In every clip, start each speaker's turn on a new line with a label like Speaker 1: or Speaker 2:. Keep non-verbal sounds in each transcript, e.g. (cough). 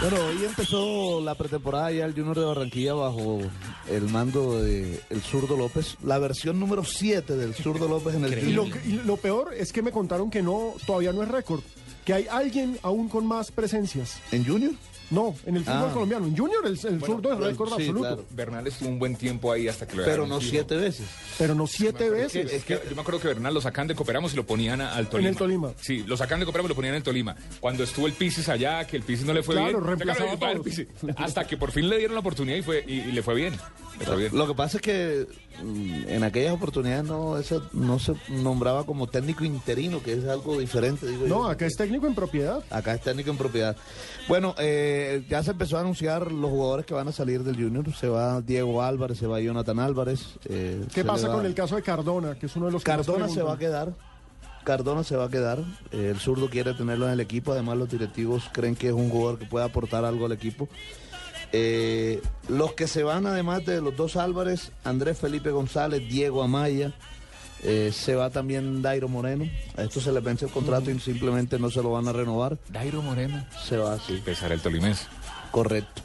Speaker 1: Bueno, hoy empezó la pretemporada ya el Junior de Barranquilla bajo el mando de el zurdo López, la versión número 7 del zurdo López en el
Speaker 2: Y lo,
Speaker 1: Junior.
Speaker 2: que- y lo peor es que me contaron que no, todavía no es récord, que hay alguien aún con más presencias.
Speaker 1: ¿En Junior?
Speaker 2: No, en el fútbol
Speaker 1: Ah.
Speaker 2: colombiano, en Junior el, el zurdo es
Speaker 1: pues,
Speaker 2: récord
Speaker 1: sí,
Speaker 2: absoluto,
Speaker 1: claro.
Speaker 3: Bernal estuvo un buen tiempo ahí hasta que lo
Speaker 1: Pero
Speaker 3: dejaron
Speaker 1: no
Speaker 3: fijo.
Speaker 1: siete veces.
Speaker 2: pero no siete veces.
Speaker 3: Es que yo me acuerdo que Bernal lo sacan de Cooperamos y lo ponían a- al Tolima.
Speaker 2: el Tolima.
Speaker 3: Sí, lo sacan de Cooperamos y lo ponían en el Tolima. Cuando estuvo el Pisis allá, que el Pisis no le fue
Speaker 2: Claro,
Speaker 3: bien.
Speaker 2: reemplazaba
Speaker 3: sacaron el
Speaker 2: a todos.
Speaker 3: Pisis. (laughs) Hasta que por fin le dieron la oportunidad y, fue, y, y le fue bien. Le fue bien.
Speaker 1: Lo que pasa es que mm, en aquellas oportunidades no, eso no se nombraba como técnico interino, que es algo diferente. Digo yo.
Speaker 2: No, acá es técnico en propiedad.
Speaker 1: Acá es técnico en propiedad. Bueno, eh, ya se empezó a anunciar los jugadores que van a salir del Junior. Se va Diego Álvarez, se va Jonathan Álvarez. eh, se
Speaker 2: ¿Qué
Speaker 1: le
Speaker 2: pasa
Speaker 1: va-
Speaker 2: con el caso de Cardona, que es uno de los que más
Speaker 1: Cardona se
Speaker 2: preguntan?
Speaker 1: va a quedar. Cardona se va a quedar. Eh, el zurdo quiere tenerlo en el equipo. Además, los directivos creen que es un jugador que puede aportar algo al equipo. Eh, los que se van, además de los dos Álvarez, Andrés Felipe González, Diego Amaya. eh, se va también Dairo Moreno. A esto se le vence el contrato y simplemente no se lo van a renovar.
Speaker 3: Dairo Moreno.
Speaker 1: Se va así.
Speaker 3: Pesar pues, el Tolimense.
Speaker 1: Correcto.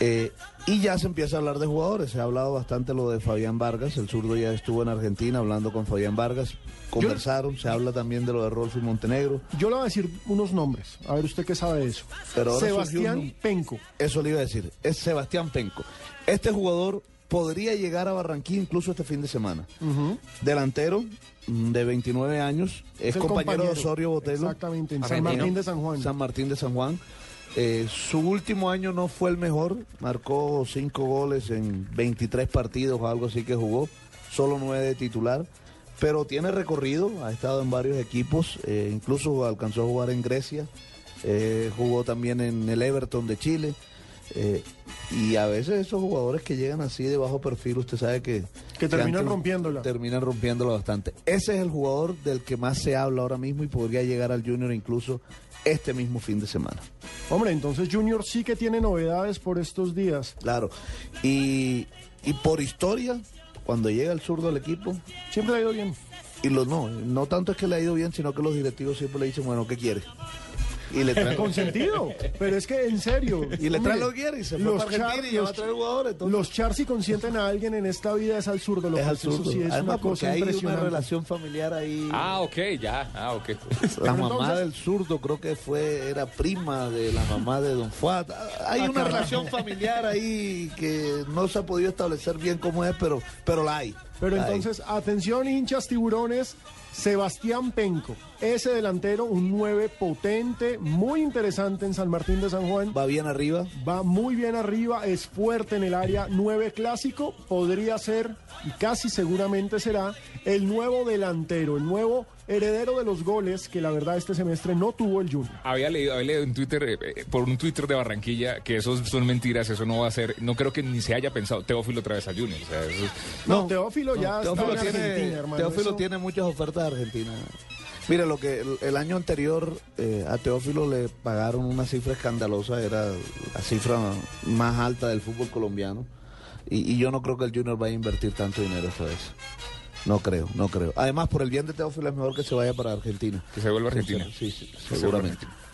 Speaker 1: Eh, y ya se empieza a hablar de jugadores. Se ha hablado bastante lo de Fabián Vargas. El zurdo ya estuvo en Argentina hablando con Fabián Vargas. Conversaron. Se habla también de lo de Rolfi Montenegro.
Speaker 2: Yo le voy a decir unos nombres, a ver usted qué sabe de eso.
Speaker 1: Pero ahora
Speaker 2: Sebastián
Speaker 1: surgió un-
Speaker 2: Penco,
Speaker 1: Eso le iba a decir. Es Sebastián Penco. Este jugador podría llegar a Barranquilla incluso este fin de semana.
Speaker 2: Ujú.
Speaker 1: Delantero mm, de 29 años. Es,
Speaker 2: el
Speaker 1: compañero, de Osorio Botelo.
Speaker 2: Exactamente, en San
Speaker 1: Argentino.
Speaker 2: Martín de San Juan.
Speaker 1: San Martín de San Juan. Eh, su último año no fue el mejor, marcó cinco goles en 23 partidos o algo así que jugó, solo nueve de titular, pero tiene recorrido, ha estado en varios equipos, eh, incluso alcanzó a jugar en Grecia, eh, jugó también en el Everton de Chile, eh, y a veces esos jugadores que llegan así de bajo perfil, usted sabe que...
Speaker 2: Que terminan
Speaker 1: antes-
Speaker 2: rompiéndola.
Speaker 1: terminan rompiéndolo bastante. Ese es el jugador del que más se habla ahora mismo y podría llegar al Junior incluso este mismo fin de semana.
Speaker 2: Hombre, entonces Junior sí que tiene novedades por estos días.
Speaker 1: Claro. Y, y por historia, cuando llega el zurdo al equipo,
Speaker 2: Siempre le ha ido bien.
Speaker 1: y los no, no tanto es que le ha ido bien, sino que los directivos siempre le dicen, bueno, ¿qué quiere? Y le
Speaker 2: (laughs)
Speaker 1: traen,
Speaker 2: Consentido, pero es que en serio.
Speaker 1: (laughs) y le traen
Speaker 2: hombre,
Speaker 1: lo que quiere y se fue para
Speaker 2: char-
Speaker 1: Argentina y ya va a traer jugadores. entonces-
Speaker 2: Los Char si consienten a alguien en esta vida es al zurdo. Lo
Speaker 1: es
Speaker 2: que
Speaker 1: al
Speaker 2: eso
Speaker 1: zurdo.
Speaker 2: sí es
Speaker 1: Además,
Speaker 2: una
Speaker 1: porque
Speaker 2: cosa
Speaker 1: hay una
Speaker 2: impresionante.
Speaker 1: relación familiar ahí.
Speaker 3: Ah, ok, ya. Ah, ok. (laughs)
Speaker 1: La
Speaker 2: Pero
Speaker 1: mamá
Speaker 2: entonces-
Speaker 1: del zurdo creo que fue, era prima de la mamá de Don Fuat. Ah, Hay
Speaker 2: Ah,
Speaker 1: una
Speaker 2: carajo.
Speaker 1: relación familiar ahí que no se ha podido establecer bien cómo es, pero, pero la hay.
Speaker 2: Pero
Speaker 1: La hay.
Speaker 2: entonces, atención hinchas tiburones, Sebastián Penco, ese delantero, un 9 potente, muy interesante en San Martín de San Juan.
Speaker 1: Va bien arriba.
Speaker 2: Va muy bien arriba, es fuerte en el área, 9 clásico, podría ser y casi seguramente será el nuevo delantero, el nuevo heredero de los goles que la verdad este semestre no tuvo el Junior.
Speaker 3: Había leído, había leído en Twitter, eh, eh, por un Twitter de Barranquilla, que eso son mentiras, eso no va a ser, no creo que ni se haya pensado Teófilo otra vez a Junior. O sea, eso es-
Speaker 2: No, Teófilo ya
Speaker 1: Teófilo
Speaker 2: está en
Speaker 1: tiene,
Speaker 2: Argentina, hermano.
Speaker 1: Teófilo
Speaker 2: eso-
Speaker 1: tiene muchas ofertas de Argentina. Mira, lo que el, el año anterior eh, a Teófilo le pagaron una cifra escandalosa, era la cifra más alta del fútbol colombiano. Y, y yo no creo que el Junior vaya a invertir tanto dinero esta vez. No creo, no creo. Además, por el bien de Teófilo es mejor que se vaya para Argentina.
Speaker 3: Que se vuelva a Argentina.
Speaker 1: Sí, sí,
Speaker 3: se vuelva a
Speaker 1: seguramente.
Speaker 3: Argentina.